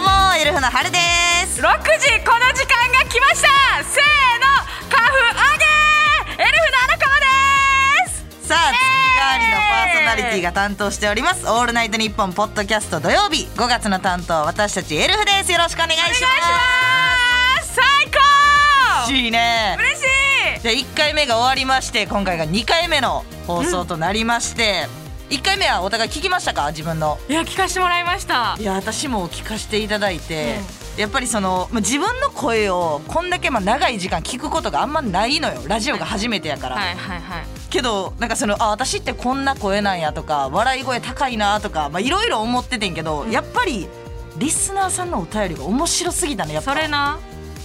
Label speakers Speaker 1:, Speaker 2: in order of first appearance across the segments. Speaker 1: の春です
Speaker 2: 6時この時間が来ましたせーのカフアゲエルフの荒川です
Speaker 1: さあ月替わりのパーソナリティが担当しております「オールナイトニッポン」ポッドキャスト土曜日5月の担当私たちエルフですよろしくお願いしま
Speaker 2: お願い
Speaker 1: す
Speaker 2: します最
Speaker 1: 嬉しいね
Speaker 2: 高嬉しい
Speaker 1: じゃあ1回目が終わりまして今回が2回目の放送となりまして、1回目はお互い聞きましたか自分の
Speaker 2: いや聞かせてもらいました
Speaker 1: いや私も聞かせていただいて、やっぱりその、まあ、自分の声をこんだけまあ長い時間聞くことがあんまないのよラジオが初めてやから、
Speaker 2: はいはいはい
Speaker 1: けどなんかそのあ私ってこんな声なんやとか笑い声高いなとかまあいろいろ思っててんけど、
Speaker 2: うん
Speaker 1: やっぱりリスナーさんのお便りが面白すぎたねやっ
Speaker 2: そ
Speaker 1: ぱ
Speaker 2: れな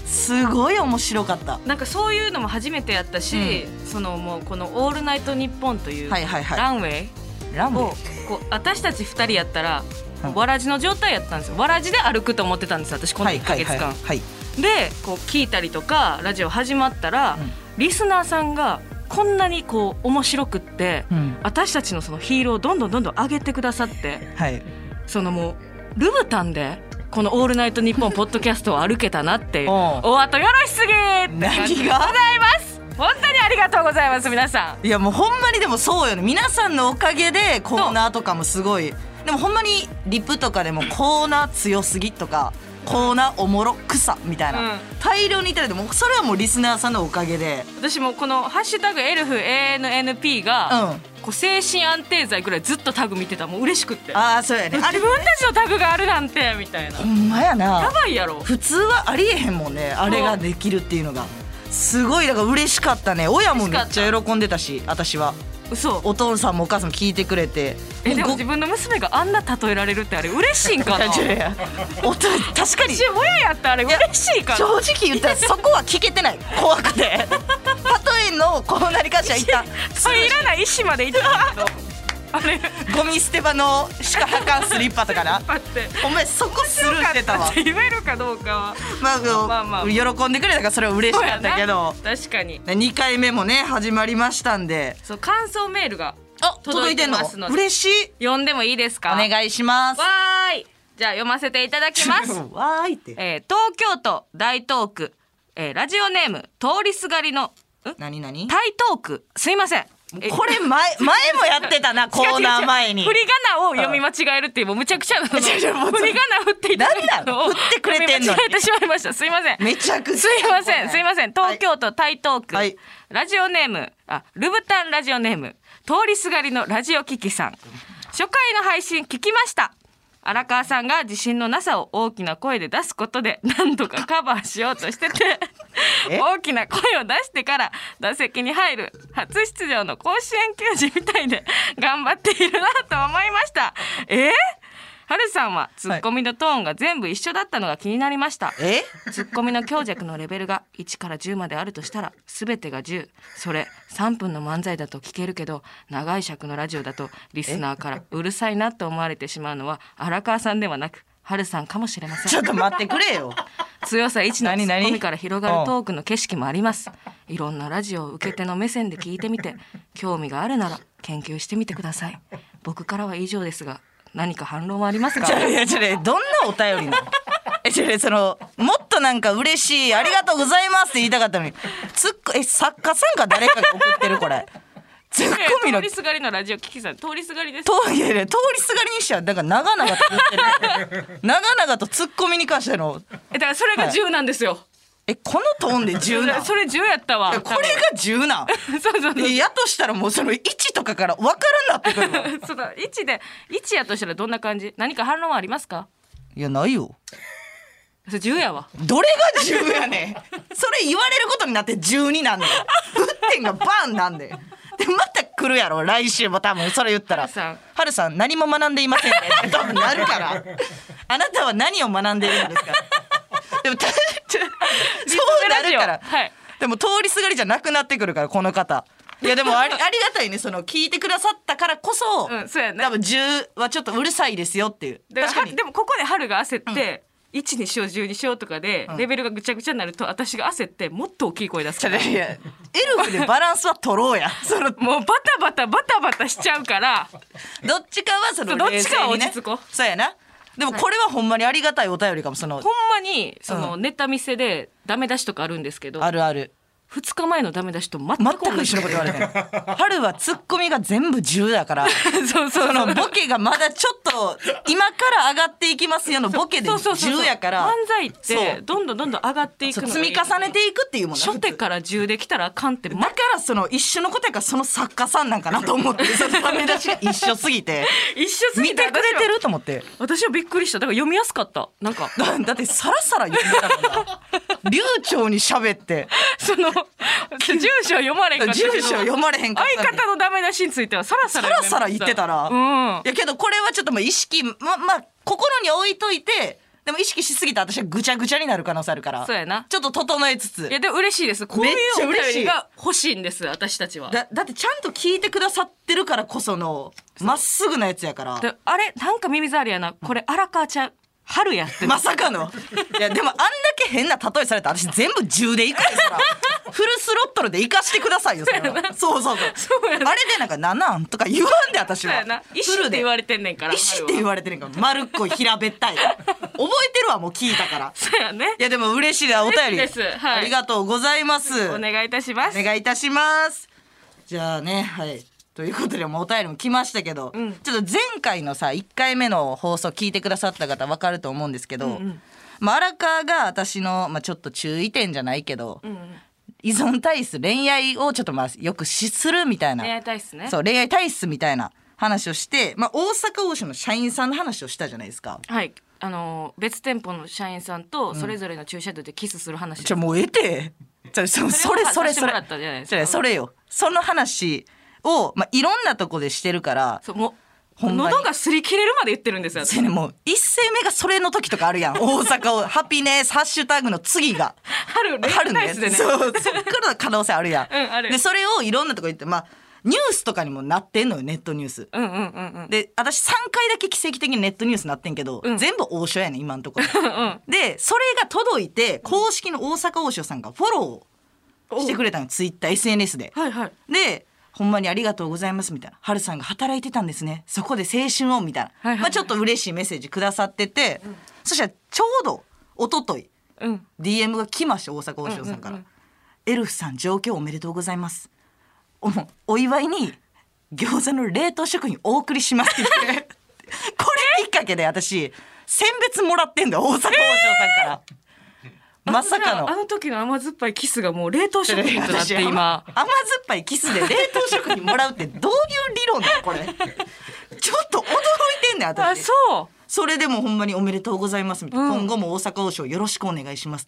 Speaker 1: すごい面白かった
Speaker 2: なんかそういうのも初めてやったし、そのもうこの「オールナイトニッポン」という
Speaker 1: はいはいはい
Speaker 2: ランウェイ
Speaker 1: ラン
Speaker 2: を
Speaker 1: ボ
Speaker 2: こう私たち2人やったら
Speaker 1: うん
Speaker 2: わらじの状態やったんですよわらじで歩くと思ってたんです私この
Speaker 1: はい
Speaker 2: 1ヶ
Speaker 1: はい
Speaker 2: 月
Speaker 1: はい
Speaker 2: 間、
Speaker 1: はい
Speaker 2: でこう聞いたりとかラジオ始まったら、
Speaker 1: うん
Speaker 2: リスナーさんがこんなにこう面白くって、
Speaker 1: うん
Speaker 2: 私たちのそのヒーローをどんどんどんどん上げてくださって
Speaker 1: はい
Speaker 2: そのもうルブタンでこの「オールナイトニッポン」ポッドキャストを歩けたなっていう
Speaker 1: おう
Speaker 2: お後よろしすぎって感じで
Speaker 1: 何
Speaker 2: ご
Speaker 1: が
Speaker 2: ざいます本当にありがとうございます皆さん
Speaker 1: いやもうほんまにでもそうよね皆さんのおかげでコーナーとかもすごいでもほんまにリプとかでもコーナー強すぎとかコーナーおもろ草みたいな、
Speaker 2: うん
Speaker 1: 大量にいただいてもうそれはもうリスナーさんのおかげで
Speaker 2: 私もこの「ハッシュタグエルフ ANNP」
Speaker 1: うん
Speaker 2: が、こう精神安定剤ぐらいずっとタグ見てたもう嬉しくって
Speaker 1: ああそうやねあ
Speaker 2: 自
Speaker 1: れ
Speaker 2: 分たちのタグがあるなんてみたいな
Speaker 1: ほんまやな
Speaker 2: やばいやろ
Speaker 1: 普通はありえへんもんねあれができるっていうのがすごいだから嬉しかったね親もめっちゃ喜んでたし私は
Speaker 2: 嘘
Speaker 1: お父さんもお母さんも聞いてくれて
Speaker 2: えでも
Speaker 1: ご
Speaker 2: 自分の娘があんな例えられるってあれ嬉 しいんかな
Speaker 1: いやいやお父確かに
Speaker 2: 私親やったらあれ嬉しいか
Speaker 1: 正
Speaker 2: な
Speaker 1: 直言ったらそこは聞けて ない怖くて例えのこうなりかしは一 旦
Speaker 2: そういらない意思までいったんだけど あれ
Speaker 1: ゴミ捨て場のしかはかんスリッパ とかな
Speaker 2: だって
Speaker 1: お前そこス
Speaker 2: 強
Speaker 1: ルー
Speaker 2: か
Speaker 1: してた
Speaker 2: った
Speaker 1: わ
Speaker 2: って言えるかどうかは
Speaker 1: まあ
Speaker 2: まあまあ
Speaker 1: 喜んでくれたからそれは嬉しかったけど
Speaker 2: そうやな確かに
Speaker 1: 2回目もね始まりましたんで
Speaker 2: そう感想メールが
Speaker 1: あ
Speaker 2: 届
Speaker 1: 届
Speaker 2: い
Speaker 1: い
Speaker 2: て
Speaker 1: てんの
Speaker 2: ますので
Speaker 1: 嬉しい
Speaker 2: 読んでもいいですか
Speaker 1: お願いします
Speaker 2: わーいじゃあ読ませていただきます
Speaker 1: わーいって
Speaker 2: えー東京都大東区、えーラジオネーム通りすがりのん
Speaker 1: 何何
Speaker 2: 台東区すいませんえ
Speaker 1: これ前前もやってたなコーナー前に
Speaker 2: 違う違う違う振り仮名を読み間違えるっていうもうむちゃくちゃな の振り仮名振っていただいたの
Speaker 1: な
Speaker 2: を
Speaker 1: んなん振ってくれてんの に
Speaker 2: 読み間違えてしまいましたすいません
Speaker 1: めちゃくちゃ
Speaker 2: すいませんすいません東京都台東区、
Speaker 1: はい
Speaker 2: ラジオネームあルブタンラジオネーム通りすがりのラジオキキさん初回の配信聞きました荒川さんが自信のなさを大きな声で出すことで何とかカバーしようとしてて
Speaker 1: え
Speaker 2: 大きな声を出してから打席に入る初出場の甲子園球児みたいで頑張っているなと思いましたえー、はるさんはツッコミのトーンが全部一緒だったのが気になりました、
Speaker 1: え
Speaker 2: ツッコミの強弱のレベルが1から10まであるとしたら全てが10それ3分の漫才だと聞けるけど長い尺のラジオだとリスナーからうるさいなと思われてしまうのは荒川さんではなく春さんかもしれま
Speaker 1: ち
Speaker 2: せ
Speaker 1: ょ
Speaker 2: ん
Speaker 1: っと待ってくれよ
Speaker 2: 強さ1のツ
Speaker 1: 何
Speaker 2: ッ
Speaker 1: 何
Speaker 2: コミから広がるトークの景色もありますいろんなラジオを受け手の目線で聞いてみて興味があるなら研究してみてください僕からは以上ですが何か反論はありますか
Speaker 1: ちょいやちょいどんなお便りなのえちょいそのもっとなんか嬉しいありがとうございますって言いたかったのにつっこえ作家さんか誰かが送ってるこれツッコミの
Speaker 2: 通りすがりのラジオ聞きさん通りすがりです
Speaker 1: といやいや通りすがりにしちゃうだから長々と言ってる長々とツッコミに関しての
Speaker 2: えだからそれが10なんですよ、
Speaker 1: えこのトーンで10なん
Speaker 2: それ10やったわ
Speaker 1: えこれが10なん
Speaker 2: 多分 そうそうそう
Speaker 1: いやとしたらもうその1とかから分からんなってくる わ
Speaker 2: そうだ1で1やとしたらどんな感じ何か反論はありますか
Speaker 1: いやないよ
Speaker 2: それ10やわ
Speaker 1: どれが10やねんそれ言われることになって12なんだよ沸点がバンなんででまた来るやろ来週も多分それ言った
Speaker 2: は
Speaker 1: ら
Speaker 2: るさん
Speaker 1: はるさん何も学んでいませんねって多分なるからあなたは何を学んでいるんですかでもた そうなるから、
Speaker 2: はい
Speaker 1: でも通りすがりじゃなくなってくるからこの方いやでもありありがたいねその聞いてくださったからこそ、
Speaker 2: うんそうやね
Speaker 1: 多分10はちょっとうるさいですよっていう
Speaker 2: だ
Speaker 1: 確
Speaker 2: から
Speaker 1: か
Speaker 2: は
Speaker 1: に
Speaker 2: でもここで春が焦って、1にしよう10にしようとかでレベルがぐちゃぐちゃになると私が焦ってもっと大きい声出すか
Speaker 1: ちょ
Speaker 2: ら
Speaker 1: いやエルフでバランスは 取ろうやその
Speaker 2: もうバタバタバタバタしちゃうから
Speaker 1: どっちかはそ
Speaker 2: そう
Speaker 1: の
Speaker 2: どっ
Speaker 1: 冷
Speaker 2: ち
Speaker 1: 静
Speaker 2: かは
Speaker 1: にね
Speaker 2: 落ち着こう
Speaker 1: そうやなでもこれはほんまにありがたいお便りかもその
Speaker 2: ほんまにそのネタ見せでダメ出しとかあるんですけど、
Speaker 1: あるある
Speaker 2: 2日前のダメ出しと全く
Speaker 1: 全
Speaker 2: 同
Speaker 1: く
Speaker 2: じ
Speaker 1: 一緒のこと言われてる春はツッコミが全部10だか ら
Speaker 2: そうそう
Speaker 1: そのボケがまだちょっと今から上がっていきますよのボケで
Speaker 2: そうそうそう
Speaker 1: 10やから
Speaker 2: 漫才っ
Speaker 1: そ
Speaker 2: て
Speaker 1: う
Speaker 2: どんどんどんどん上がっていく
Speaker 1: そう
Speaker 2: の
Speaker 1: 積み重ねていくっていうもんな
Speaker 2: 初手から10できたらあか んって
Speaker 1: だ
Speaker 2: ま
Speaker 1: からその一緒の答えがその作家さんなんかなと思ってそのダメ出しが一緒す ぎて
Speaker 2: 一緒す
Speaker 1: 見
Speaker 2: ぎ
Speaker 1: てくれてると思って
Speaker 2: 私は私はびっくりしただから読みやすかったなんか
Speaker 1: だ だってさらさら言ってたもんな流暢に喋って
Speaker 2: そ の住所読まれへんかったけど
Speaker 1: 住所読まれへんかったん
Speaker 2: 相
Speaker 1: で
Speaker 2: 方のダメ出しについてはさらさ
Speaker 1: さ
Speaker 2: ら読
Speaker 1: ら
Speaker 2: めました
Speaker 1: さら言ってたら、
Speaker 2: うん
Speaker 1: いやけどこれはちょっとまあ意識ままあ心に置いといてでも意識しすぎたら私はぐちゃぐちゃになる可能性あるから
Speaker 2: そうやな
Speaker 1: ちょっと整えつつ
Speaker 2: いやでも嬉しいですこういう
Speaker 1: めっちゃ
Speaker 2: お
Speaker 1: 嬉しい
Speaker 2: 便りが欲しいんです私たちは
Speaker 1: だだってちゃんと聞いてくださってるからこそのまっすぐなやつやから
Speaker 2: であれなんか耳障りやなこれ荒川ちゃん春やってる
Speaker 1: まさかのいやでもあんだけ変な例えされた ら私全部10でいくでそらフルスロットルで生かしてくださいよそれはそうそうそう
Speaker 2: そうや
Speaker 1: あれでなんか「なんなん?」とか言わんで私
Speaker 2: そう
Speaker 1: は
Speaker 2: やな石って言われてんねんから
Speaker 1: 石って言われてるんから丸っこい平べったい覚えてるわもう聞いたから
Speaker 2: そうやね
Speaker 1: いやでも嬉しいなお便り
Speaker 2: 嬉しいですはい
Speaker 1: ありがとうございます
Speaker 2: お願いいたします
Speaker 1: お願いいたしますじゃあねはいということでもうお便りも来ましたけど、
Speaker 2: ん
Speaker 1: ちょっと前回のさ1回目の放送聞いてくださった方分かると思うんですけど、まあ、荒川が私の、まあ、ちょっと注意点じゃないけど、依存体質恋愛をちょっとまあよくしするみたいな
Speaker 2: 恋愛体質ね
Speaker 1: そう恋愛体質みたいな話をして、まあ、大阪王将の社員さんの話をしたじゃないですか。
Speaker 2: はいあのー別店舗の社員さんとそれぞれの駐車場でキスする話、
Speaker 1: じゃもう得てじゃそそ
Speaker 2: そ
Speaker 1: れ
Speaker 2: れ
Speaker 1: それ
Speaker 2: させて
Speaker 1: そ
Speaker 2: も
Speaker 1: れ
Speaker 2: らったじゃないですか
Speaker 1: じゃあそれよその話を、まあ、いろんなとこでしてるから
Speaker 2: そうもう
Speaker 1: ほんまに
Speaker 2: 喉が擦り切れるまで言ってるんですよ
Speaker 1: それねもう一声目がそれの時とかあ るやん大阪をハピネスハッシュタグの次が
Speaker 2: 春恋
Speaker 1: ある
Speaker 2: 愛
Speaker 1: んだ
Speaker 2: 体
Speaker 1: よ、
Speaker 2: 質でね
Speaker 1: そうそっからの可能性あるや ん、
Speaker 2: うんある
Speaker 1: でそれをいろんなとこ行ってまあニュースとかにもなってんのよネットニュース
Speaker 2: うんうんうん
Speaker 1: で私3回だけ奇跡的にネットニュースなってんけど、
Speaker 2: ん
Speaker 1: 全部王将やねん今 んところでそれが届いて公式の大阪王将さんがフォローをしてくれたのツイッター SNS で
Speaker 2: うんはいはい
Speaker 1: で「ほんまにありがとうございます」みたいな「春さんが働いてたんですねそこで青春を」みたいな、
Speaker 2: はいはいはい
Speaker 1: まあ、ちょっと嬉しいメッセージくださってて、そしたらちょうど一昨日
Speaker 2: うん、
Speaker 1: DM が来ました大阪王将さんから「エルフさん上京おめでとうございます」おお祝いに餃子の冷凍食品お送りしますって言 ってこれきっかけで私選別もらってんだよ大阪王将さんから、まさかの
Speaker 2: あの時の甘酸っぱいキスがもう冷凍食品となって 今
Speaker 1: 私甘甘酸っぱいキスで冷凍食品もらうってどういう理論だよこれちょっと驚いてんねん
Speaker 2: あ
Speaker 1: 私
Speaker 2: そう
Speaker 1: それでもほんまにおめでとうございますみたいな、
Speaker 2: うん
Speaker 1: 今後も大阪王将よろしくお願いします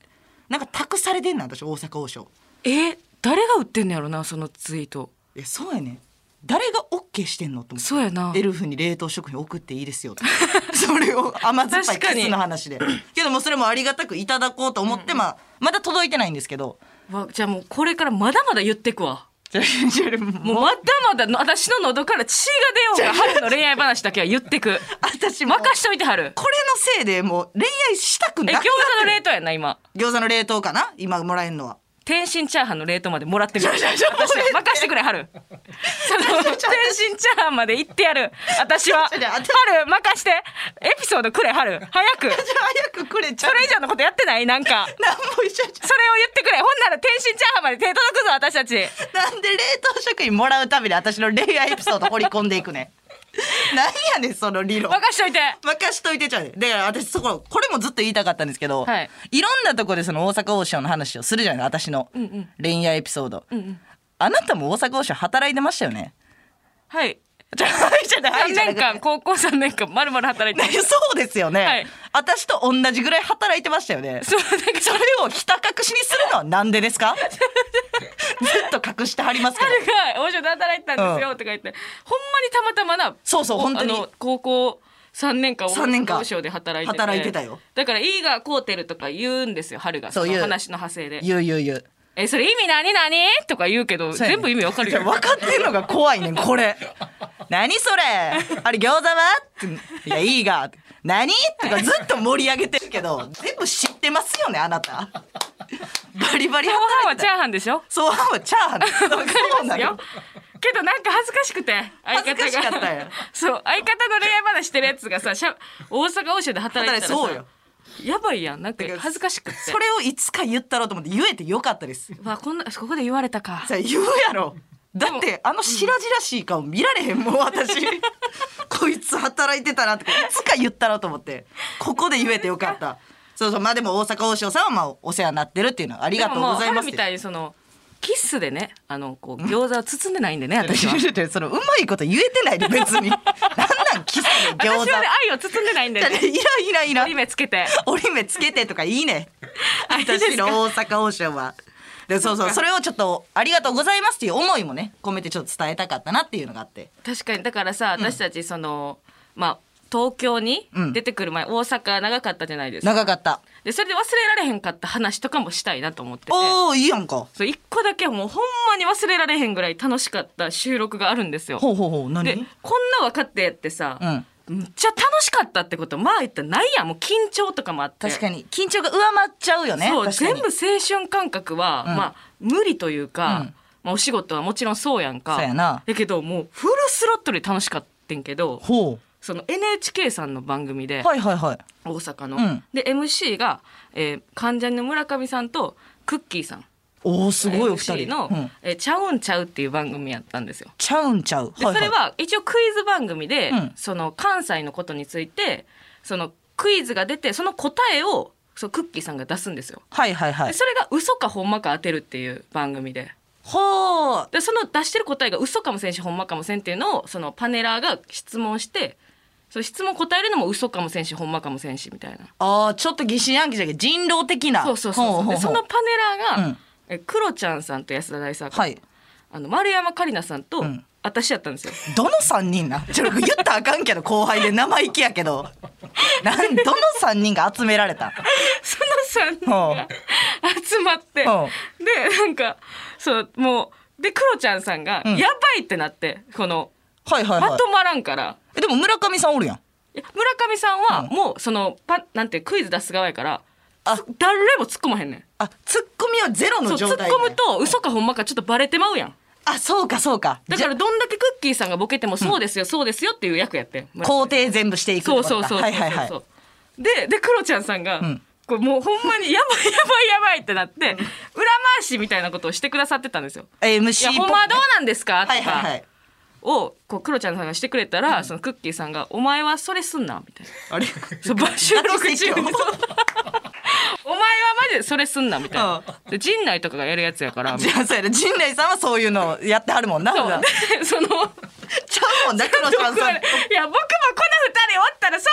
Speaker 1: なんか託されてんねん私大阪王将
Speaker 2: え誰が売ってんのやろなそのツイート
Speaker 1: いやそうやねん誰がオッケーしてんのと思って
Speaker 2: そうやな
Speaker 1: エルフに冷凍食品送っていいですよと それを甘酸っぱいキスの話でけどもうそれもありがたくいただこうと思って、まあまだ届いてないんですけ ど
Speaker 2: わじゃあもうこれからまだまだ言ってくわも
Speaker 1: も
Speaker 2: う
Speaker 1: う
Speaker 2: まだまだの私の喉から血が出ようが春の恋愛話だけは言って く
Speaker 1: 私も
Speaker 2: 任しといて春
Speaker 1: これのせいでもう恋愛したく
Speaker 2: え
Speaker 1: な
Speaker 2: 餃
Speaker 1: くなってる
Speaker 2: 子の冷凍やんな今
Speaker 1: 餃子の冷凍かな今もらえるのは
Speaker 2: 天津チャーハンの冷凍までもらってる私
Speaker 1: ょちょ
Speaker 2: は任してくれ春その天津チャーハンまで行ってやる私は
Speaker 1: ちょちょ私
Speaker 2: 春任してエピソードくれ春早く
Speaker 1: じゃあ早くくれちゃ
Speaker 2: そうれ以上のことやってないなんか
Speaker 1: なんも一緒じ
Speaker 2: それを言ってくれほんなら天津チャーハンまで手届くぞ私たち
Speaker 1: ゃんなんで冷凍食品もらうために私の恋愛エピソード掘り込んでいくね んなんやねんその理論
Speaker 2: 任しといて
Speaker 1: 任しといてちゃうねんだから私そここれもずっと言いたかったんですけど、
Speaker 2: はい
Speaker 1: ろんなとこでその大阪王将の話をするじゃない私の
Speaker 2: ん
Speaker 1: 恋愛エピソード、
Speaker 2: ん
Speaker 1: あなたも大阪王将働いてました よね
Speaker 2: はい
Speaker 1: じゃないじゃない
Speaker 2: 3年間高校3年間まるまる働いて
Speaker 1: そうですよね、
Speaker 2: はい
Speaker 1: 私と同じぐらい働いてましたよね
Speaker 2: そうなんか
Speaker 1: それをひた隠しにするのはなんでで すかずっと隠してはりますけど
Speaker 2: が王将で働いてたんですよとか言って、ほんまにたまたまな
Speaker 1: そうそう
Speaker 2: こ
Speaker 1: 本当に
Speaker 2: あの高校3年間
Speaker 1: 三年間
Speaker 2: 王将で働いてて
Speaker 1: 働いてたよ
Speaker 2: だから「いいがこうてる」とか言うんですよ春が
Speaker 1: そう
Speaker 2: そ
Speaker 1: 言う
Speaker 2: の話の派生で
Speaker 1: 言う言う言う
Speaker 2: 「えそれ意味何何?」とか言うけど
Speaker 1: そうやね
Speaker 2: 全部意味わかる
Speaker 1: じゃ
Speaker 2: よ
Speaker 1: あ分かってんのが怖いねんこ れ何それあれ餃子はっていやいいが何とかずっと盛り上げてるけど全部知ってますよねあなたバリバリ
Speaker 2: 後半は
Speaker 1: 働い
Speaker 2: チ
Speaker 1: て
Speaker 2: ャ
Speaker 1: た
Speaker 2: ーハンでしょ
Speaker 1: そうはチャーハン
Speaker 2: わかり
Speaker 1: そう
Speaker 2: ま
Speaker 1: な
Speaker 2: す
Speaker 1: の
Speaker 2: よけどなんか恥ずかしくて相方が
Speaker 1: 恥ずかしかったよ
Speaker 2: そう相方の恋愛話してるやつがさしゃ大阪王将で働いてたらさ
Speaker 1: 働いて
Speaker 2: やばいやんなんか恥ずかしくて
Speaker 1: それをいつか言ったろうと思って言えてよかったです
Speaker 2: わこんなここで言われたか
Speaker 1: じゃあ言うやろだってあの白々しい顔見られへんもん私こいつ働いてたなっていつか言ったろうと思ってここで言えてよかったそうそうまあでも大阪王将さんはまあお世話になってるっていうのはあり
Speaker 2: で
Speaker 1: が
Speaker 2: も
Speaker 1: とう
Speaker 2: もう
Speaker 1: ございま
Speaker 2: 春
Speaker 1: す
Speaker 2: みたいにそのキッスでねあのこう餃子を包んでないんでね私は
Speaker 1: いやいやいやそのうまいこと言えてないで別 になんなんキスの餃子
Speaker 2: 私はね愛を包んでないんで
Speaker 1: じゃあね
Speaker 2: ね
Speaker 1: いらんいらん
Speaker 2: 折
Speaker 1: い
Speaker 2: り
Speaker 1: らん
Speaker 2: 目つけて
Speaker 1: 折り目つけてとかいいね
Speaker 2: あいいですか
Speaker 1: 私の大阪王将はでそうそうそれをちょっとありがとうございますっていう思いもね込めてちょっと伝えたかったなっていうのがあって
Speaker 2: 確かにだからさ私たちその、まあ東京に出てくる前、大阪長かったじゃないですか
Speaker 1: 長かった
Speaker 2: でそれで忘れられへんかった話とかもしたいなと思ってて
Speaker 1: おおいいやんか
Speaker 2: そう一個だけもうほんまに忘れられへんぐらい楽しかった収録があるんですよ
Speaker 1: ほうほうほう
Speaker 2: で
Speaker 1: 何
Speaker 2: こんな分かってやってさ、
Speaker 1: うん
Speaker 2: むっちゃ楽しかったってことまあ言ったらないやんもう緊張とかもあって
Speaker 1: 確かに緊張が上回っちゃうよね
Speaker 2: そう
Speaker 1: 確かに
Speaker 2: 全部青春感覚は、
Speaker 1: うん
Speaker 2: まあ無理というか、
Speaker 1: うん
Speaker 2: まあ、お仕事はもちろんそうやんか
Speaker 1: そうやな
Speaker 2: だけどもうフルスロットルで楽しかったんけど
Speaker 1: ほ
Speaker 2: その NHK さんの番組で、
Speaker 1: うはいはいはい
Speaker 2: 大阪の、
Speaker 1: うん
Speaker 2: で MC が、えー関ジャニの村上さんとクッキーさん
Speaker 1: おおすごいお二
Speaker 2: MC
Speaker 1: 人
Speaker 2: の、
Speaker 1: うん
Speaker 2: えーちゃうんちゃう」っていう番組やったんですよ。
Speaker 1: ちゃうんちゃう
Speaker 2: でそれは一応クイズ番組で、
Speaker 1: うん
Speaker 2: その関西のことについてそのクイズが出てその答えをそうクッキーさんが出すんですよ。
Speaker 1: はいはいは
Speaker 2: で
Speaker 1: い
Speaker 2: それが嘘かほんまか当てるっていう番組で
Speaker 1: ほう
Speaker 2: でその出してる答えが嘘かもせんしほんまかもせんっていうのをそのパネラーが質問してその質問答えるのも嘘かもせんしほんまかもせんしみたいな。
Speaker 1: ああちょっと疑心暗鬼じゃけど人狼的な
Speaker 2: そうそうそうそう
Speaker 1: ほほ
Speaker 2: でそのパネラーが、
Speaker 1: うん
Speaker 2: えクロちゃんさんと安田大さん、
Speaker 1: はい
Speaker 2: あの丸山桂里奈さんと、
Speaker 1: うん
Speaker 2: 私やったんですよ。
Speaker 1: どの三人なんちょっと言ったらあかんけど後輩で生意気やけどなんどの三人が集められ た
Speaker 2: その3人
Speaker 1: ほ
Speaker 2: が集まってで
Speaker 1: ほ
Speaker 2: なんかそうもうでクロちゃんさんが、
Speaker 1: うん
Speaker 2: やばいってなってこの
Speaker 1: はいはいは
Speaker 2: ま
Speaker 1: い
Speaker 2: とまらんから。
Speaker 1: えでも村上さんおるやん
Speaker 2: いや村上さんは
Speaker 1: う
Speaker 2: もうそのパなんてクイズ出す側やから
Speaker 1: あ
Speaker 2: つ誰も突っ込まへんねん
Speaker 1: あツッコミはゼロ
Speaker 2: そ
Speaker 1: の
Speaker 2: う突
Speaker 1: 状
Speaker 2: っ
Speaker 1: 態
Speaker 2: 込むと嘘かほんまかちょっとバレてまうやん
Speaker 1: あそうかそうか
Speaker 2: だ
Speaker 1: じ
Speaker 2: か
Speaker 1: ゃ
Speaker 2: らどんだけクッキーさんがボケてもそうですよ、そうですよっていう役やってん村
Speaker 1: 工程全部していくって
Speaker 2: そう
Speaker 1: ことか
Speaker 2: そうそうそうそう、
Speaker 1: はいはいはい
Speaker 2: ででクロちゃんさんが、
Speaker 1: ん
Speaker 2: こうもうほんまにやばいやばいやばいってなって、裏回しみたいなことをしてくださってたんですよ。
Speaker 1: えー
Speaker 2: い
Speaker 1: MC
Speaker 2: や
Speaker 1: っぽ
Speaker 2: ほんまはどうなんですかと
Speaker 1: はいはいは
Speaker 2: か
Speaker 1: い
Speaker 2: をこうクロちゃんさんがしてくれたら、そのクッキーさんが「お前はそれすんな」みたいな。
Speaker 1: あ れ
Speaker 2: そうば収録中に そう
Speaker 1: ガチ説教
Speaker 2: お前はマジでそれすんなみたいなで陣内とかがやるやつやから
Speaker 1: じゃあそうやな 陣内さんはそういうのやってはるもんな
Speaker 2: そ
Speaker 1: 普段
Speaker 2: うで その
Speaker 1: ちゃうもんな黒ちゃん
Speaker 2: 僕
Speaker 1: さ
Speaker 2: は
Speaker 1: ん
Speaker 2: ねいや僕もこの二人おったらそ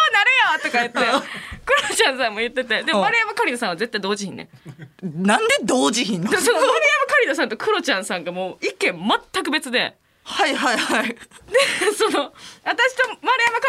Speaker 2: うなるよとか言ってクロちゃんさんも言っててで
Speaker 1: うん
Speaker 2: も丸山桂里奈さんは絶対同時にね
Speaker 1: なんで同時品の
Speaker 2: でその丸山桂里奈さんとクロちゃんさんがもう意見全く別で
Speaker 1: はいは いはい
Speaker 2: でその私と丸山桂里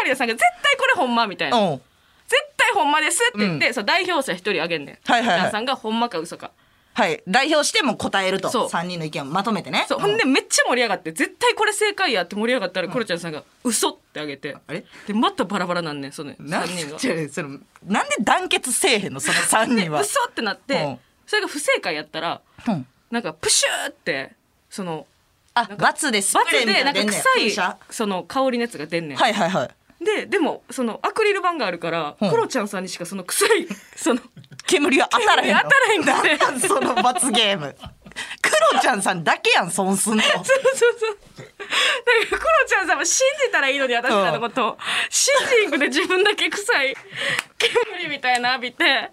Speaker 2: 奈さんが絶対これほんまみたいな
Speaker 1: うん
Speaker 2: 絶対ほんまですって言って、その代表者一人あげんねん、
Speaker 1: はいはいはい
Speaker 2: 旦那さんがほんまか嘘か
Speaker 1: はい代表しても答えると
Speaker 2: そう
Speaker 1: 3人の意見をまとめてね
Speaker 2: そうほんでめっちゃ盛り上がって絶対これ正解やって盛り上がったらクロちゃんさんが「嘘ってあげて
Speaker 1: あれ
Speaker 2: でまたバラバラなんねんその3
Speaker 1: なん
Speaker 2: 人が。
Speaker 1: じゃあそのなんで団結せえへんのその3人は、
Speaker 2: 嘘ってなっ
Speaker 1: うん
Speaker 2: てそれが不正解やったら
Speaker 1: うん、
Speaker 2: なんかプシューってその
Speaker 1: あ罰でスプ
Speaker 2: 罰
Speaker 1: レーみた
Speaker 2: で
Speaker 1: い
Speaker 2: な
Speaker 1: な
Speaker 2: ん
Speaker 1: の出
Speaker 2: か
Speaker 1: んねん
Speaker 2: 臭
Speaker 1: 噴射
Speaker 2: いその香りのやつが出んねん。
Speaker 1: はいはいはい
Speaker 2: ででもそのアクリル板があるから
Speaker 1: うん
Speaker 2: クロちゃんさんにしかその臭い その
Speaker 1: 煙は当たらへんの
Speaker 2: 当たらへんからね
Speaker 1: なんなん その罰ゲームクロちゃんさんだけやん損すんの
Speaker 2: そうそうそう。だから、クロちゃんさんも信じたらいいのに、私らのことを。信じんくで自分だけ臭い煙みたいな浴びて。で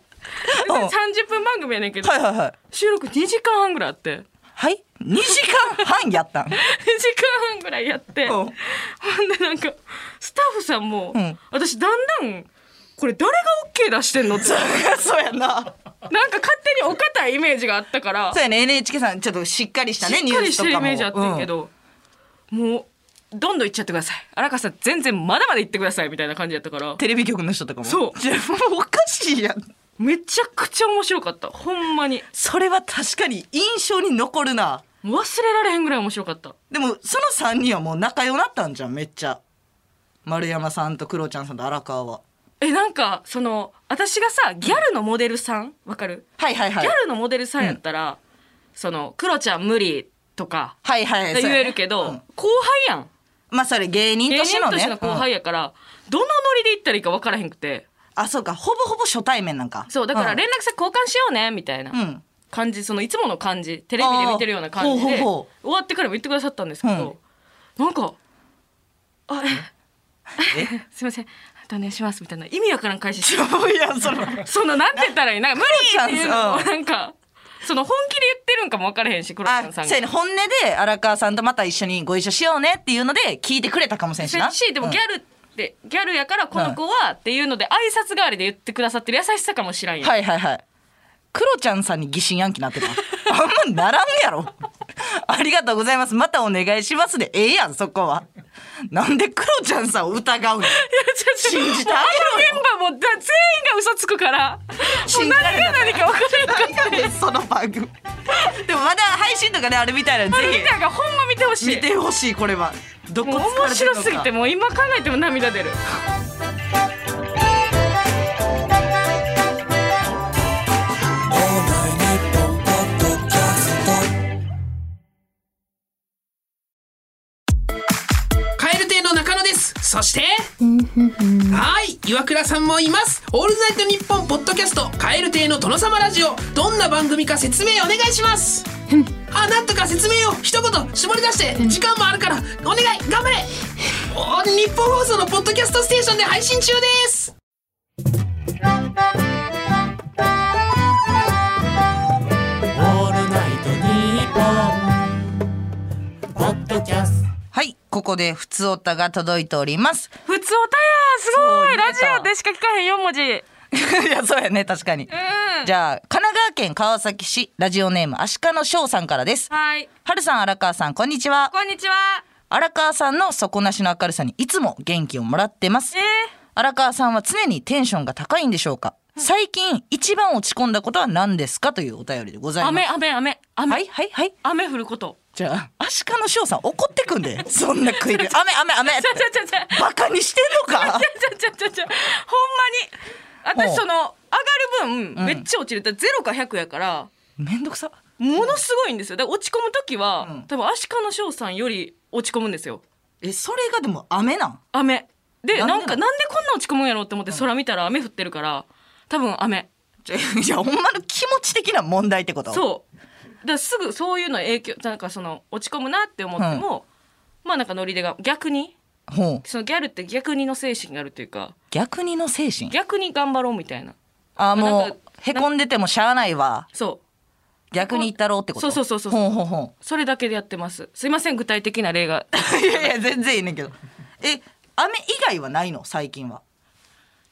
Speaker 1: うん
Speaker 2: 30分番組やねんけど、
Speaker 1: はいはいはい
Speaker 2: 収録2時間半ぐらいあって2時
Speaker 1: はい2時間半やったん
Speaker 2: 間半ぐらいやって
Speaker 1: うん
Speaker 2: ほんでなんかスタッフさんも、
Speaker 1: うん
Speaker 2: 私だんだんこれ誰が OK 出してんのって
Speaker 1: そうやな
Speaker 2: なんか勝手にお堅いイメージがあったから
Speaker 1: そうやね NHK さんちょっとしっかりしたね
Speaker 2: しっかりしてるイメージあ
Speaker 1: ニ
Speaker 2: っ
Speaker 1: ュースとか
Speaker 2: て
Speaker 1: も
Speaker 2: んけど、もうどんどん行っちゃってください荒川さん全然まだまだ行ってくださいみたいな感じやったから
Speaker 1: テレビ局の人とかも
Speaker 2: そう
Speaker 1: じゃあもうおかしいやん
Speaker 2: めちゃくちゃ面白かったほんまに
Speaker 1: それは確かに印象に残るな
Speaker 2: もう忘れられへんぐらい面白かった
Speaker 1: でもその3人はもう仲良なったんじゃんめっちゃ丸山さんとクロちゃんさんと荒川は
Speaker 2: えなんかその私がさギャルのモデルさんわかる、
Speaker 1: はいはいは
Speaker 2: ギャルのモデルさんやったら、その「クロちゃん無理」とか
Speaker 1: はいはいそう
Speaker 2: 言
Speaker 1: やね
Speaker 2: えるけど、
Speaker 1: うん
Speaker 2: 後輩やん
Speaker 1: まあそれ芸人
Speaker 2: 芸
Speaker 1: として
Speaker 2: 人
Speaker 1: の
Speaker 2: と
Speaker 1: ね
Speaker 2: しての後輩やから、どのノリで行ったらいいか分からへんくて
Speaker 1: あそうかほぼほぼ初対面なんか
Speaker 2: そうだから
Speaker 1: ん
Speaker 2: 連絡先交換しようねみたいな
Speaker 1: うん
Speaker 2: 感じ、そのいつもの感じテレビで見てるような感じ
Speaker 1: あー
Speaker 2: で
Speaker 1: ほうほうほ
Speaker 2: 終わってからも言ってくださったんですけど、なんか「あえ
Speaker 1: え
Speaker 2: すいませんお願いします」みたいな意味わからん開始して
Speaker 1: いやその
Speaker 2: そのなんて言ったらいいなんか無理っていうの
Speaker 1: う
Speaker 2: も
Speaker 1: ん
Speaker 2: なんかその本気で言ってるんかも分からへんし黒
Speaker 1: あ
Speaker 2: 田さん
Speaker 1: そうや
Speaker 2: が
Speaker 1: ね。本音で荒川さんとまた一緒にご一緒しようねっていうので聞いてくれたかもしれんしな
Speaker 2: せしでもギャルって、ギャルやからこの子はっていうので挨拶代わりで言ってくださってる優しさかもしらん
Speaker 1: う ん
Speaker 2: やん、
Speaker 1: はいはいはいクロちゃんさんに疑心暗鬼なってたあんまならんやろ ありがとうございますまたお願いしますでええやんそこはなんでクロちゃんさんを疑 うの信じてあ
Speaker 2: あ
Speaker 1: げろ
Speaker 2: の
Speaker 1: よ
Speaker 2: メンバーもだ全員が嘘つくからもう
Speaker 1: 信
Speaker 2: 何
Speaker 1: じられな
Speaker 2: が
Speaker 1: かった
Speaker 2: 何か分からへんかっ
Speaker 1: 何やねんその番組でもまだ配信とかであるみたいなん
Speaker 2: た
Speaker 1: で
Speaker 2: みん
Speaker 1: ぜ
Speaker 2: ながほんま見てほし
Speaker 1: ひ
Speaker 2: い
Speaker 1: 見てほしいこれはどこ
Speaker 2: もう面
Speaker 1: 疲れてる
Speaker 2: 白
Speaker 1: のか
Speaker 2: すぎてもう今考えても涙出る
Speaker 3: カエル亭の中野ですそしてはい岩倉さんもいますオールナイトニッポンポッドキャストカエル亭の殿様ラジオどんな番組か説明お願いしますあなんとか説明を一言絞り出して時間もあるからお願い頑張れお日本放送のポッドキャストステーションで配信中です
Speaker 1: はいここで普通オタが届いております
Speaker 2: 普通おたやすご
Speaker 1: そう
Speaker 2: いラジ
Speaker 1: 言えた
Speaker 2: オでしか聞かへん四文字うん
Speaker 1: いやそうやね確かに、じゃあ神奈川県川崎市ラジオネームアシカの翔さんからです
Speaker 2: はい
Speaker 1: はるさん荒川さんこんにちは
Speaker 2: こんにちは
Speaker 1: 荒川さんの底なしの明るさにいつも元気をもらってます
Speaker 2: えー、
Speaker 1: 荒川さんは常にテンションが高いんでしょうか最近一番落ち込んだことは何ですかというお便りでございます
Speaker 2: 雨雨雨雨、
Speaker 1: はいはいはい
Speaker 2: 雨降ること
Speaker 1: じゃあアシカの翔さん怒ってくんでそんな食いで雨雨雨っ
Speaker 2: ちゃちゃ
Speaker 1: て
Speaker 2: ちゃちゃ
Speaker 1: バカにしてんのか
Speaker 2: ちゃちゃちゃちゃほんまに
Speaker 1: ほ
Speaker 2: 私
Speaker 1: う
Speaker 2: その上がる分めっちゃ落ちるだゼロか100やから
Speaker 1: めんどくさ
Speaker 2: ものすごいんですよだから落ち込む時は、多分アシカの翔さんより落ち込むんですよ
Speaker 1: えそれがでも雨なん
Speaker 2: 雨で
Speaker 1: なんで
Speaker 2: な
Speaker 1: なの
Speaker 2: んかなんでこんな落ち込むんやろうって思って空見たら雨降ってるから多分雨
Speaker 1: じゃあいやほんまの気持ち的な問題ってこと
Speaker 2: そうだからすぐそういうの影響なんかその落ち込むなって思っても、まあなんかノリでが逆に
Speaker 1: ほう
Speaker 2: そのギャルって逆にの精神があるというか
Speaker 1: 逆にの精神
Speaker 2: 逆に頑張ろうみたいな
Speaker 1: あも
Speaker 2: なん
Speaker 1: う
Speaker 2: か
Speaker 1: へこんでてもしゃあないわ
Speaker 2: そう
Speaker 1: 逆に言ったろうってこと
Speaker 2: そうそうそうそう
Speaker 1: ほうほうほ
Speaker 2: それだけでやってますすいません具体的な例が
Speaker 1: う いやいや全然いいねんけどえ雨以外はないの最近は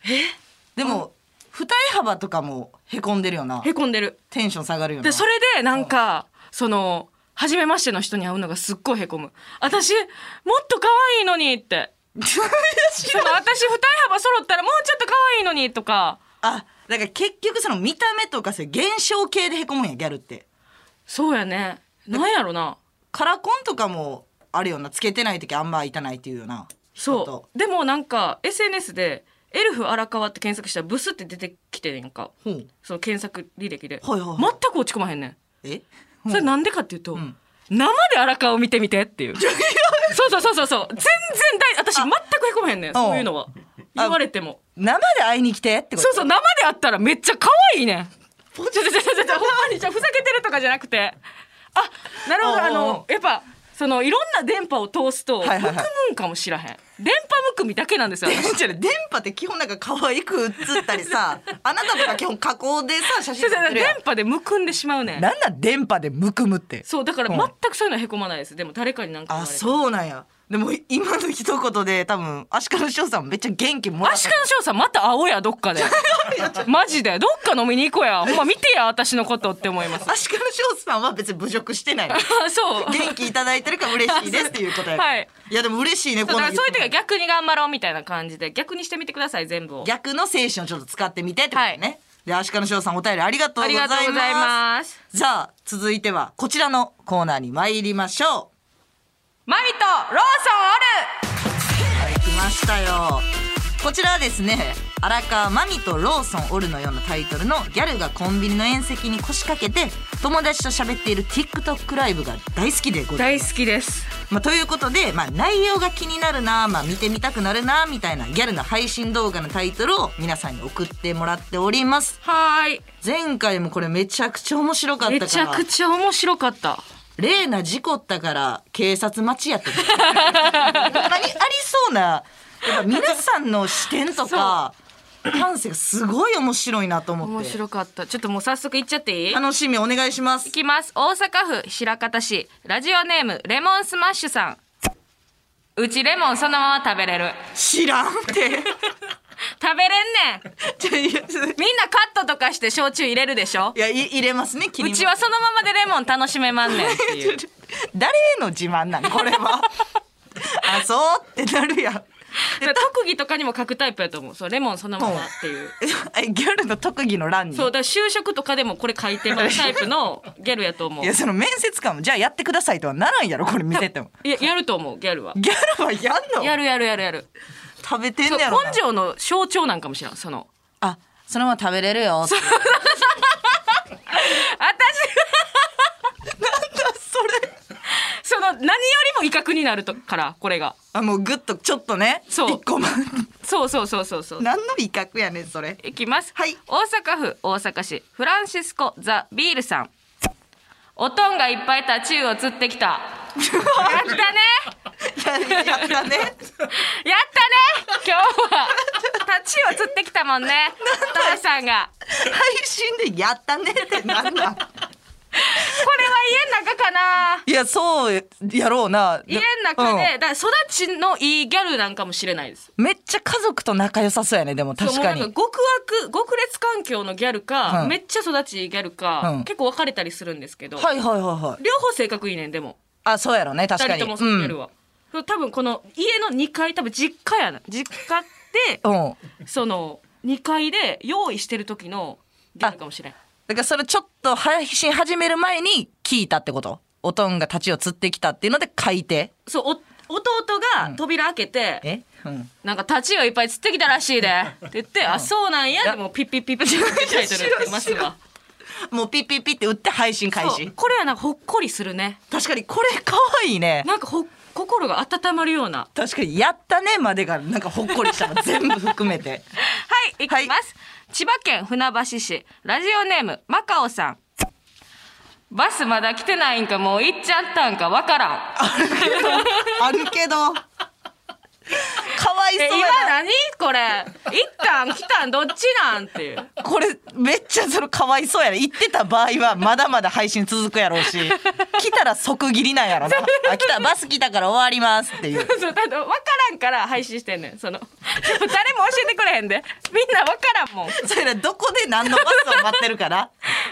Speaker 1: えでも二重幅とかもへこんでるよな
Speaker 2: へこんでる
Speaker 1: テンション下がるよな
Speaker 2: でそ れでなんかその初めましての人に会うのがすっごいへこむ私もっと可愛いのにってその私二重幅揃ったらもうちょっと可愛いのにとか
Speaker 1: あだから結局その見た目とかそういう現象系でへこむんやギャルって
Speaker 2: そうやねなんやろな
Speaker 1: カラコンとかもあるよなつけてない時あんまいたないっていうよな
Speaker 2: そうでもなんか SNS で「エルフ荒川」って検索したらブスって出てきてんやんか
Speaker 1: うほう
Speaker 2: その検索履歴で、
Speaker 1: はいはいはい
Speaker 2: 全く落ち込まへんねん
Speaker 1: え
Speaker 2: それなんでかっていうと、
Speaker 1: ん
Speaker 2: 生で荒川を見てみてって いう。そうそうそうそうそう。全然大私全くへこまへんねん。そういうのは言われても。
Speaker 1: 生で会いに来てってこと
Speaker 2: そうそう生で会ったらめっちゃ可愛いねん。ちょちょちょちょちょほんまにじゃふざけてるとかじゃなくて。あなるほど
Speaker 1: おうおう
Speaker 2: あのやっぱ。そのいろんな電波を通すと、
Speaker 1: はいはいはい
Speaker 2: むくむんかもしらへん電波むくみだけなんですよ 私
Speaker 1: じゃあね電波って基本なんか可愛く映ったり さあなたとか基本加工でさ写真撮ってる
Speaker 2: 電
Speaker 1: やん
Speaker 2: 波でむくんでしまうねん
Speaker 1: なんなん電波でむくむって
Speaker 2: そうだから
Speaker 1: うん
Speaker 2: 全くそういうのはへこまないですでも誰かになんか言わ
Speaker 1: あ
Speaker 2: れて
Speaker 1: そうなんやでも今の一言で多分アシカの翔さんめっちゃ元気もら
Speaker 2: ア
Speaker 1: っ
Speaker 2: シ
Speaker 1: た
Speaker 2: カの翔さんまた会おうやどっ かでマジでどっか飲みに行こうやほんま見てや私のことって思います
Speaker 1: アシカの翔さんは別に侮辱し てない
Speaker 2: あ そうだ
Speaker 1: 元気いただいてるから嬉しいですっていうことやから、
Speaker 2: はい、
Speaker 1: やでも嬉しいねこの
Speaker 2: からそういう時は逆に頑張ろうみたいな感じで逆にしてみてください全部を
Speaker 1: 逆の精神をちょっと使ってみてってことね、
Speaker 2: はい
Speaker 1: でアシカの翔さんお便りありがとう
Speaker 2: あり
Speaker 1: ございま
Speaker 2: が
Speaker 1: す
Speaker 2: とうございます
Speaker 1: じゃあ続いてはこちらのコーナーに参りましょ
Speaker 2: マミとローソンある
Speaker 1: うはい来ましたよこちらはですね荒川マミとローソンオルのようなタイトルのギャルがコンビニの縁石に腰掛けて友達と喋っている TikTok ライブが大好きでござい
Speaker 2: 大
Speaker 1: ます
Speaker 2: 好きです
Speaker 1: まあ、ということで、まあ、内容が気になるな、まあ、見てみたくなるなみたいなギャルの配信動画のタイトルを皆さんに送ってもらっております
Speaker 2: はーい
Speaker 1: 前回もこれめちゃくちゃ面白かったか
Speaker 2: め
Speaker 1: ら
Speaker 2: ちゃくちゃ面白かった
Speaker 1: レーナ事故ったから警察待ちやってほんまにありそうなやっぱ皆さんの視点とか感性がすごい面白いなと思って
Speaker 2: 面白かったちょっともう早速行っちゃっていい
Speaker 1: 楽しみお願いします
Speaker 2: いきます大阪府白方市ラジオネームレモンスマッシュさんうちレモンそのまま食べれる
Speaker 1: 知らんって
Speaker 2: 食べれんねん
Speaker 1: ちょいやちょい
Speaker 2: みんなカットとかして焼酎入れるでしょ
Speaker 1: やい入れますね切
Speaker 2: う
Speaker 1: ります
Speaker 2: ちはそのままでレモン楽しめまんねんっていう
Speaker 1: 誰への自慢なんこれはあそうってなるやん
Speaker 2: だから 特技とかにも書くタイプやと思うそうレモンそのままっていう
Speaker 1: えギャルの特技の欄に
Speaker 2: そうだから就職とかでもこれ書いてるタイプのギャルやと思う
Speaker 1: いやその面接官もじゃあやってくださいとはならんやろこれ見てても
Speaker 2: いややると思うギャルは
Speaker 1: ギャルはやんの
Speaker 2: やるやるやるやる
Speaker 1: 食べてん
Speaker 2: そう
Speaker 1: ねやろな
Speaker 2: 根性の象徴なんかもしれんその
Speaker 1: あ そのまま食べれるよって
Speaker 2: 私
Speaker 1: それ
Speaker 2: その何よりも威嚇になるとからこれが
Speaker 1: あもうグッとちょっとね
Speaker 2: そう
Speaker 1: 一個ま
Speaker 2: そうそうそうそうそう
Speaker 1: 何の威嚇やねんそれ
Speaker 2: いきます、
Speaker 1: はい
Speaker 2: 大阪府大阪市フランシスコ・ザ・ビールさんおとんがいっぱいタチウオ釣ってきたやったね
Speaker 1: ややっ
Speaker 2: やっ
Speaker 1: た ね
Speaker 2: たね今日はタチウオ釣ってきたもんねトラさんがこ
Speaker 1: 配信でやったねってなんなん
Speaker 2: れは家の中かない
Speaker 1: やそうやろうな
Speaker 2: 家の中で、だ
Speaker 1: う
Speaker 2: から育ちのいいギャルなんかもしれないです
Speaker 1: んめっちゃ家族と仲良さそうやねでも確か
Speaker 2: そうもうな
Speaker 1: に
Speaker 2: ん極悪極劣環境のギャルか、
Speaker 1: うん
Speaker 2: めっちゃ育ちいいギャルか、
Speaker 1: うん
Speaker 2: 結構分かれたりするんですけど、
Speaker 1: はいはいはいはい
Speaker 2: 両方性格いいねんでも
Speaker 1: あそうやろね確
Speaker 2: 二
Speaker 1: か
Speaker 2: 人
Speaker 1: に
Speaker 2: ともそのギャルは、そう多分この家の2階多分実家やな実家で
Speaker 1: うん、うん、
Speaker 2: その2階で用意してる時のギャルかもしれん
Speaker 1: だからそれちょっと配信始める前に聞いたってことおとんが太刀を釣ってきたっていうので書いて
Speaker 2: そうお弟が扉開けて、
Speaker 1: えうん
Speaker 2: なんかタチウオいっぱい釣ってきたらしいでって言って、あそうなんやでもうピッピッピッピッピッってタイトルやってますわ
Speaker 1: もうピッピッピッって打って配信開
Speaker 2: そう
Speaker 1: 始
Speaker 2: これはなんかほっこりするね
Speaker 1: 確かにこれ可愛いね
Speaker 2: なんかほ心が温まるような
Speaker 1: 確かに「やったね」までがなんかほっこりしたの全部含めて
Speaker 2: はい、いきます。千葉県船橋市、ラジオネーム、マカオさん。バスまだ来てないんか、もう行っちゃったんか、わからん。
Speaker 1: あるけどかわい
Speaker 2: え、
Speaker 1: そう
Speaker 2: 今
Speaker 1: や
Speaker 2: 何これ。行ったん、来たん、どっちなんっていう。
Speaker 1: なこれめっちゃそれかわいそうやな言ってた場合はまだまだ配信続くやろうし来たら即切りなんやろなあ来たバス来たから終わりますっていう
Speaker 2: そう、ただ、わからんから配信してんねん、その。でも 誰も教えてくれへんで。みんなわからんもん。
Speaker 1: それどこで何のバスを待ってるから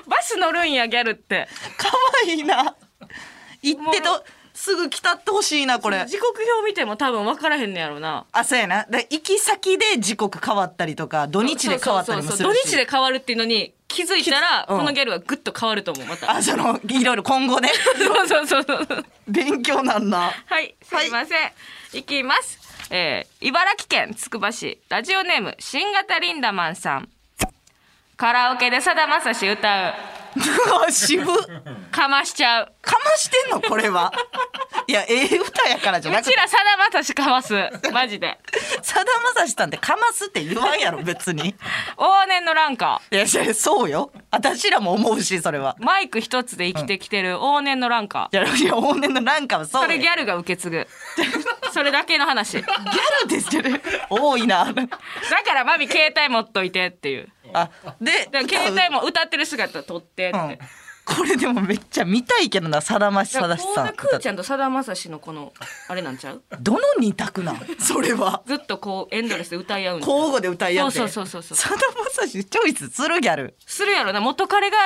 Speaker 2: バス乗るんや、ギャルって。
Speaker 1: かわいいな行ってとすぐ来たってほしいなこれ
Speaker 2: 時刻表見ても多分わからへんねやろな。
Speaker 1: あそうやなで行き先で時刻変わったりとか土日で変わったりもす
Speaker 2: そうそうそう
Speaker 1: るし
Speaker 2: 土日で変わるっていうのに気づいたら、
Speaker 1: 気づうん
Speaker 2: このギャルはグッと変わると思う、また。
Speaker 1: あそのいろいろ今後ね
Speaker 2: そうそうそうそう。
Speaker 1: 勉強な んだ
Speaker 2: はい、すいません。い、きます。えー、茨城県つくば市ラジオネーム新型リンダマンさん。カラオケでさだまさし歌う。
Speaker 1: うわ渋っか
Speaker 2: かましちゃう。
Speaker 1: ましてんのこれはいやええ歌やからじゃな
Speaker 2: う
Speaker 1: くて
Speaker 2: ちらさだまさしかます。マジで。
Speaker 1: さだまさしさんってかますって言わんやろ別にい
Speaker 2: 往年のなんか。
Speaker 1: やいやそうよ私らも思うしそれは
Speaker 2: マイク一つで生きてきてる往年のランカ
Speaker 1: いやいや往年のなんかはそ
Speaker 2: そ
Speaker 1: うよ
Speaker 2: れギャルが受け継ぐそれだけの話だ
Speaker 1: ギャルですよね多いな
Speaker 2: からマミ携帯持っといてっていう
Speaker 1: あで
Speaker 2: だから携帯も歌ってる姿撮ってって、
Speaker 1: うんこれでもめっちゃ見たいけどなさだましさだし
Speaker 2: こう
Speaker 1: さ
Speaker 2: なんくーちゃんとさだまさしのこのあれなんちゃう
Speaker 1: どの二択なんそれは
Speaker 2: ずっとこうエンドレスで歌い合うんだ
Speaker 1: 交互で歌い合って
Speaker 2: そうそうそうそう
Speaker 1: さだまさしチョイスするギャル
Speaker 2: するやろな元彼が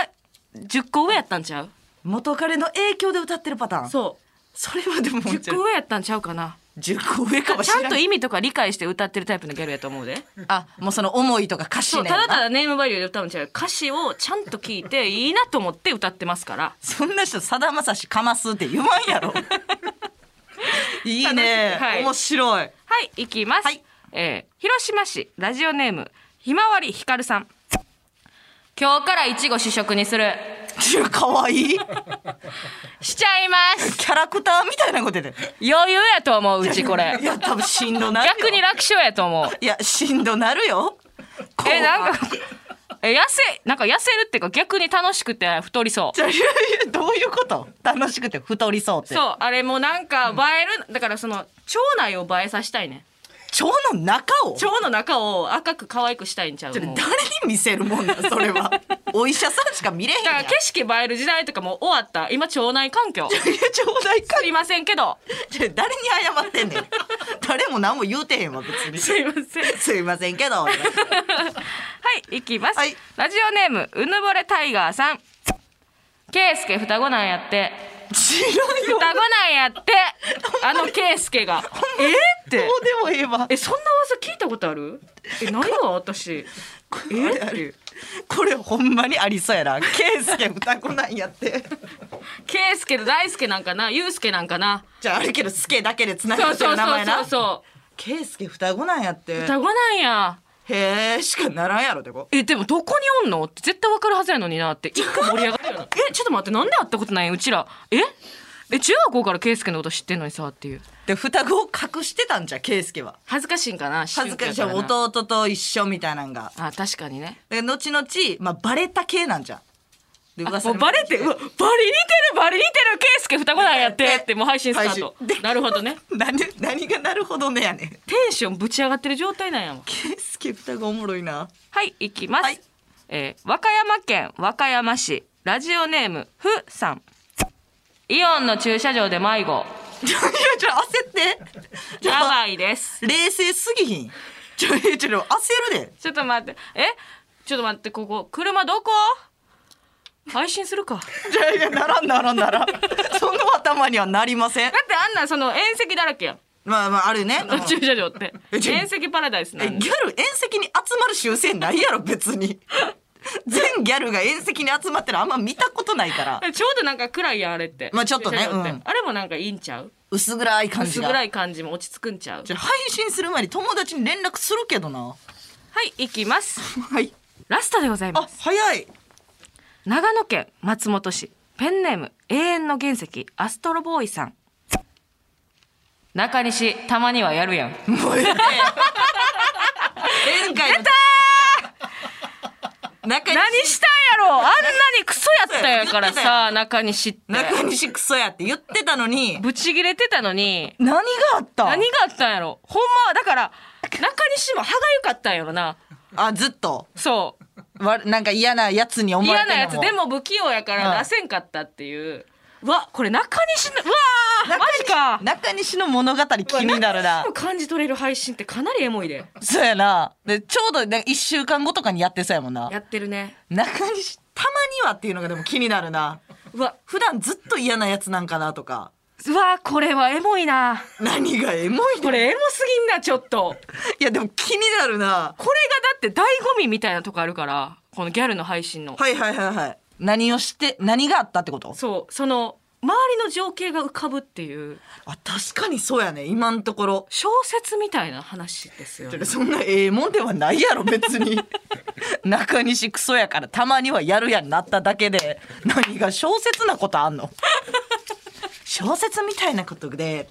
Speaker 2: 10個上やったんちゃう
Speaker 1: 元彼の影響で歌ってるパターンそ
Speaker 2: そ
Speaker 1: れはでも
Speaker 2: う10個上やったんちゃうかな
Speaker 1: 10個上かもし
Speaker 2: ち
Speaker 1: れ
Speaker 2: ゃ
Speaker 1: なんい
Speaker 2: と意味とか理解して歌ってるタイプのギャルやと思うで
Speaker 1: あもうその思いとか歌詞
Speaker 2: そう
Speaker 1: ね
Speaker 2: ただただネームバリューで歌うんちゃう歌詞をちゃんと聞いていいなと思って歌ってますから
Speaker 1: そんな人さだまさしかますって言わ んやろいいね、
Speaker 2: 楽しいはい
Speaker 1: 面白い
Speaker 2: はい行きます、
Speaker 1: はい
Speaker 2: えー広島市ラジオネームひまわりひかるさん今日からいちご試食にする
Speaker 1: いや可愛い
Speaker 2: しちゃいます
Speaker 1: キャラクターみたいなことで
Speaker 2: 余裕やと思ううちこれ
Speaker 1: いや多分しんどなるよ
Speaker 2: 逆に楽勝やと思う
Speaker 1: いやしんどなるよ
Speaker 2: えなんかえ痩せなんか痩せるっていうか逆に楽しくて太りそう
Speaker 1: じゃあいやいやどういうこと楽しくて太りそうって
Speaker 2: そうあれもうなんか映える、だからその腸内を映えさせたいね
Speaker 1: 腸の中をちょ
Speaker 2: 腸の中を赤く可愛くしたいんちゃう
Speaker 1: 誰
Speaker 2: も
Speaker 1: に
Speaker 2: うだ
Speaker 1: 見せるもんだそれは お医者さんしか見れへん
Speaker 2: か
Speaker 1: や
Speaker 2: ら
Speaker 1: ん
Speaker 2: 景色映える時代とかもう終わった今腸内環境
Speaker 1: いやちょうだいか
Speaker 2: すいませんけど
Speaker 1: ちょ誰に謝ってんねん誰も何も言うてへんわ別に
Speaker 2: すいませんは
Speaker 1: すいませんけど
Speaker 2: い行きます、
Speaker 1: はい
Speaker 2: ラジオネームうぬぼれタイガーさんケイスケ双子なんやって
Speaker 1: 知らん
Speaker 2: 双
Speaker 1: よ
Speaker 2: 子なんやってあのケイスケがえーっ
Speaker 1: ど
Speaker 2: て
Speaker 1: うでもええわ
Speaker 2: えそんな噂聞いたことあるえないわ私えーって
Speaker 1: これほんまにありそうやなケイスケ双子なんやって
Speaker 2: ケイスケと大輔なんかなユウスケなんかな
Speaker 1: じゃああるけどスケだけでつなが
Speaker 2: そう
Speaker 1: って
Speaker 2: そ
Speaker 1: る
Speaker 2: う
Speaker 1: 名
Speaker 2: そう
Speaker 1: 前
Speaker 2: そう
Speaker 1: な
Speaker 2: そ
Speaker 1: ケイスケ双子なんやって
Speaker 2: う双子なんや
Speaker 1: へえしかならんやろでこ
Speaker 2: えでもどこにおんのって絶対わかるはずやのにな って一回盛り上がるよなえちょっと待ってなんで会ったことないんうちらええ中学校から圭介のこと知ってんのにさっていう
Speaker 1: で双子を隠してたんじゃケイスケは
Speaker 2: 恥ずかしいんかな
Speaker 1: 恥ずかしい
Speaker 2: 宗教やらな
Speaker 1: 弟と一緒みたいなんが
Speaker 2: あ確かにね
Speaker 1: で後々、まあ、バレた系なんじゃんで
Speaker 2: あ
Speaker 1: 噂
Speaker 2: もう
Speaker 1: に
Speaker 2: バレてうわバリ似てるバリ似てる圭介双子なんやって
Speaker 1: え
Speaker 2: ってもう配信スタート
Speaker 1: 配信で
Speaker 2: なるほどね
Speaker 1: 何何がなるほどねやねん
Speaker 2: テンションぶち上がってる状態なんやもん
Speaker 1: ケイスケ双子おもろいな
Speaker 2: はい行きます、
Speaker 1: はい
Speaker 2: えー和歌山県和歌山市ラジオネームふさんイオンの駐車場で迷子
Speaker 1: いやちょ焦ってちょ
Speaker 2: やばいです
Speaker 1: 冷静すぎひんちょいやちょいや焦るで
Speaker 2: ちょっと待って。えちょっと待って、ここ。車どこ配信するか。だっ
Speaker 1: いやいやならんならんならんその頭にはなりません
Speaker 2: てあんなんその縁石だらけやん。
Speaker 1: まあまああるねうん
Speaker 2: 駐車場って。
Speaker 1: えちょ
Speaker 2: 縁石パラダイスな
Speaker 1: え
Speaker 2: ん
Speaker 1: ギ
Speaker 2: で。
Speaker 1: ャル遠石に集まる習性ないやろ別に全ギャルが遠石に集まってるのあんま見たことないから
Speaker 2: ちょうどなんか暗いやんあれって。
Speaker 1: まあちょっとね
Speaker 2: 駐車場て
Speaker 1: うん
Speaker 2: あれもなんかいいんちゃう
Speaker 1: 薄暗い感じ
Speaker 2: 薄
Speaker 1: が
Speaker 2: 暗い感じも落ち着くんちゃう
Speaker 1: じゃあ配信する前に友達に連絡するけどな
Speaker 2: はい、行きます。
Speaker 1: はい
Speaker 2: ラストでございま
Speaker 1: あ
Speaker 2: す。
Speaker 1: 早い
Speaker 2: 長野県松本市。ペンネーム、永遠の原石、アストロボーイさん。中西、たまにはやるやん。
Speaker 1: もうええって前回の中
Speaker 2: 何
Speaker 1: 西
Speaker 2: したんやろあんなにクソやったんやからさ中西って
Speaker 1: 中西クソやって言ってたのに
Speaker 2: ブチギレてたのに
Speaker 1: 何があった
Speaker 2: 何があったんやろほんまはだから中西も歯がゆかったんやろな
Speaker 1: あずっと
Speaker 2: そ
Speaker 1: わなんか嫌なやつに
Speaker 2: う
Speaker 1: 思わ
Speaker 2: 嫌
Speaker 1: れ
Speaker 2: なや
Speaker 1: てるの
Speaker 2: つ
Speaker 1: も
Speaker 2: でも不器用やか
Speaker 1: うん
Speaker 2: ら出せんかったっていう、わこれ中西のうわーマジか
Speaker 1: 中西の物語気になるな
Speaker 2: もう感じ取れる配信ってかなりエモいで
Speaker 1: そうやなでちょうどなんか1週間後とかにやってそうやもんな
Speaker 2: やってるね
Speaker 1: 中西たまにはっていうのがでも気になるな
Speaker 2: うわ
Speaker 1: 普段ずっと嫌なやつなんかなとか
Speaker 2: うわこれはエモいな
Speaker 1: 何がエモい
Speaker 2: こ
Speaker 1: ね
Speaker 2: れエモすぎんなちょっと
Speaker 1: いやでも気になるな
Speaker 2: これがだって醍醐味みたいなとこあるからこのギャルの配信の
Speaker 1: はいはいはいはい何をして何があったってこと
Speaker 2: そうその周りの情景が浮かぶっていう
Speaker 1: あ確かにそうやね今のところ
Speaker 2: 小説みたいな話ですよ、
Speaker 1: ち
Speaker 2: ね
Speaker 1: ょ、そんなええもんではないやろ 別に中西クソやからたまにはやるやんなっただけで何が小説なことあんの小説みたいなことで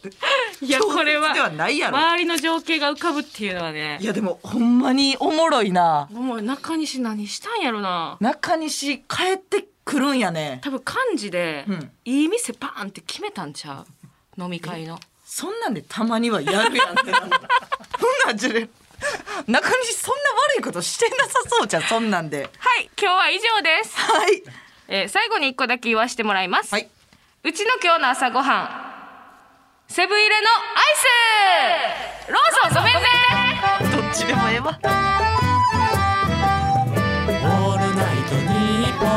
Speaker 2: いやこれ
Speaker 1: 小
Speaker 2: は
Speaker 1: 説ではないやろ
Speaker 2: 周りの情景が浮かぶっていうのはね
Speaker 1: いやでもほんまにおもろいな
Speaker 2: もう中西何したんやろな
Speaker 1: 中西帰ってくるんやね
Speaker 2: 多分漢字で、
Speaker 1: うん
Speaker 2: いい店パーンって決めたんちゃう飲み会の
Speaker 1: そんなんでたまにはやるやんってなんだそんなんじゃね中西そんな悪いことしてなさそうじゃんそんなんで
Speaker 2: はい今日は以上です、
Speaker 1: はい
Speaker 2: えー最後に一個だけ言わしてもらいます、
Speaker 1: はい、
Speaker 2: うちの今日の朝ごはんセブン入れのアイスローソンごめんね
Speaker 1: どっちでもええわ
Speaker 4: 「オールナイトニッポン」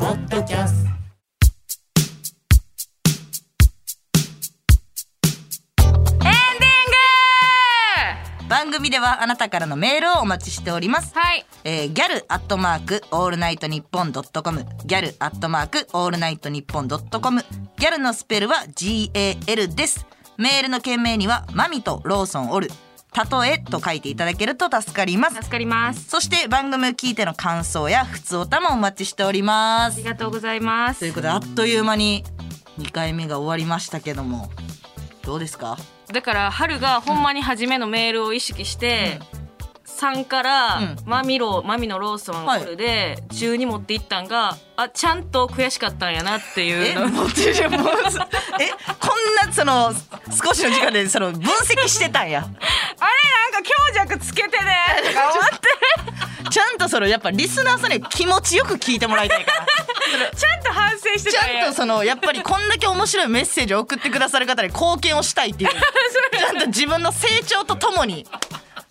Speaker 4: 「ポッドキャスト」
Speaker 2: エンディング
Speaker 1: 番組ではあなたからのメールをお待ちしております
Speaker 2: はい。
Speaker 1: えー、ギャルアットマークオールナイトニッポンドットコムギャルアットマークオールナイトニッポンドットコムギャルのスペルは GAL ですメールの件名にはマミとローソンおる例えと書いていただけると助かります
Speaker 2: 助かります
Speaker 1: そして番組聞いての感想や普通おたもお待ちしておりま
Speaker 2: あ
Speaker 1: す
Speaker 2: りがとうございま
Speaker 1: と
Speaker 2: す
Speaker 1: いうことであっという間に2回目が終わりましたけどもどうですか
Speaker 2: だから春がほんまに初めのメールを意識して、3から、
Speaker 1: うん
Speaker 2: マミロマミのローソンホールで10に持っていったんがあちゃんと悔しかったんやなっていう
Speaker 1: え
Speaker 2: の
Speaker 1: もうちょいもうえこんなその少しの時間でその分析してたんや
Speaker 2: あれなんか強弱つけてねとか思って
Speaker 1: ちゃんとそのやっぱリスナーさんに気持ちよく聞いてもらいた いから
Speaker 2: ちゃんと反省して
Speaker 1: ち
Speaker 2: たん
Speaker 1: ゃん
Speaker 2: や
Speaker 1: とそのやっぱりこんだけ面白いメッセージを送ってくださる方に貢献をしたいっていうちゃんと自分の成長とともに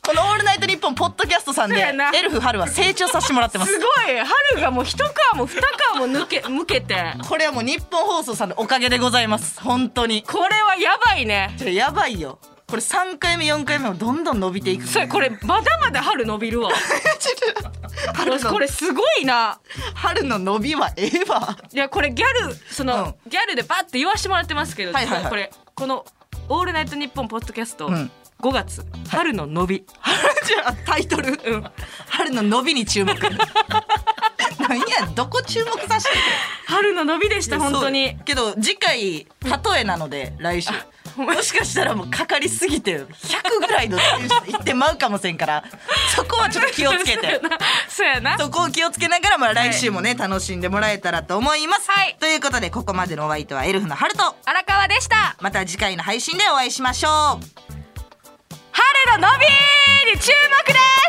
Speaker 1: この「オールナイトニッポン」ポッドキャストさんで
Speaker 2: そうやな
Speaker 1: エルフ春は成長させてもらってま す
Speaker 2: すごい春がもう一皮も二皮も抜け向けて
Speaker 1: これはもう日本放送さんのおかげでございます本当に
Speaker 2: これはやばいね
Speaker 1: ちょやばいよこれ3回目4回目もどんどん伸びて いく
Speaker 2: それこれまだまだ春伸びるわ
Speaker 1: 春の
Speaker 2: これすごいな
Speaker 1: 春の伸びはええわ
Speaker 2: いやこれギャルその、ギャルでバッて言わしてもらってますけど、
Speaker 1: はいはいはい
Speaker 2: これこの「オールナイトニッポン」ポッドキャスト、
Speaker 1: ん
Speaker 2: 5月春の伸び、
Speaker 1: じゃあタイトル、春の伸びに注目なんやどこ注目させてんの
Speaker 2: 春の伸びでした本当
Speaker 1: そう
Speaker 2: に
Speaker 1: けど次回例えなので来週もしかしたらもうかかりすぎて100ぐらいのテンションで行ってまうかもしれんからそこはちょっと気をつけ
Speaker 2: そうや
Speaker 1: て
Speaker 2: な そうやな
Speaker 1: そこを気をつけながらまあ来週もね楽しんでもらえたらと思います、
Speaker 2: はい
Speaker 1: ということでここまでのお相手はエルフのハルト
Speaker 2: 荒川でした
Speaker 1: また次回の配信でお会いしましょう
Speaker 2: 春の伸びに注目です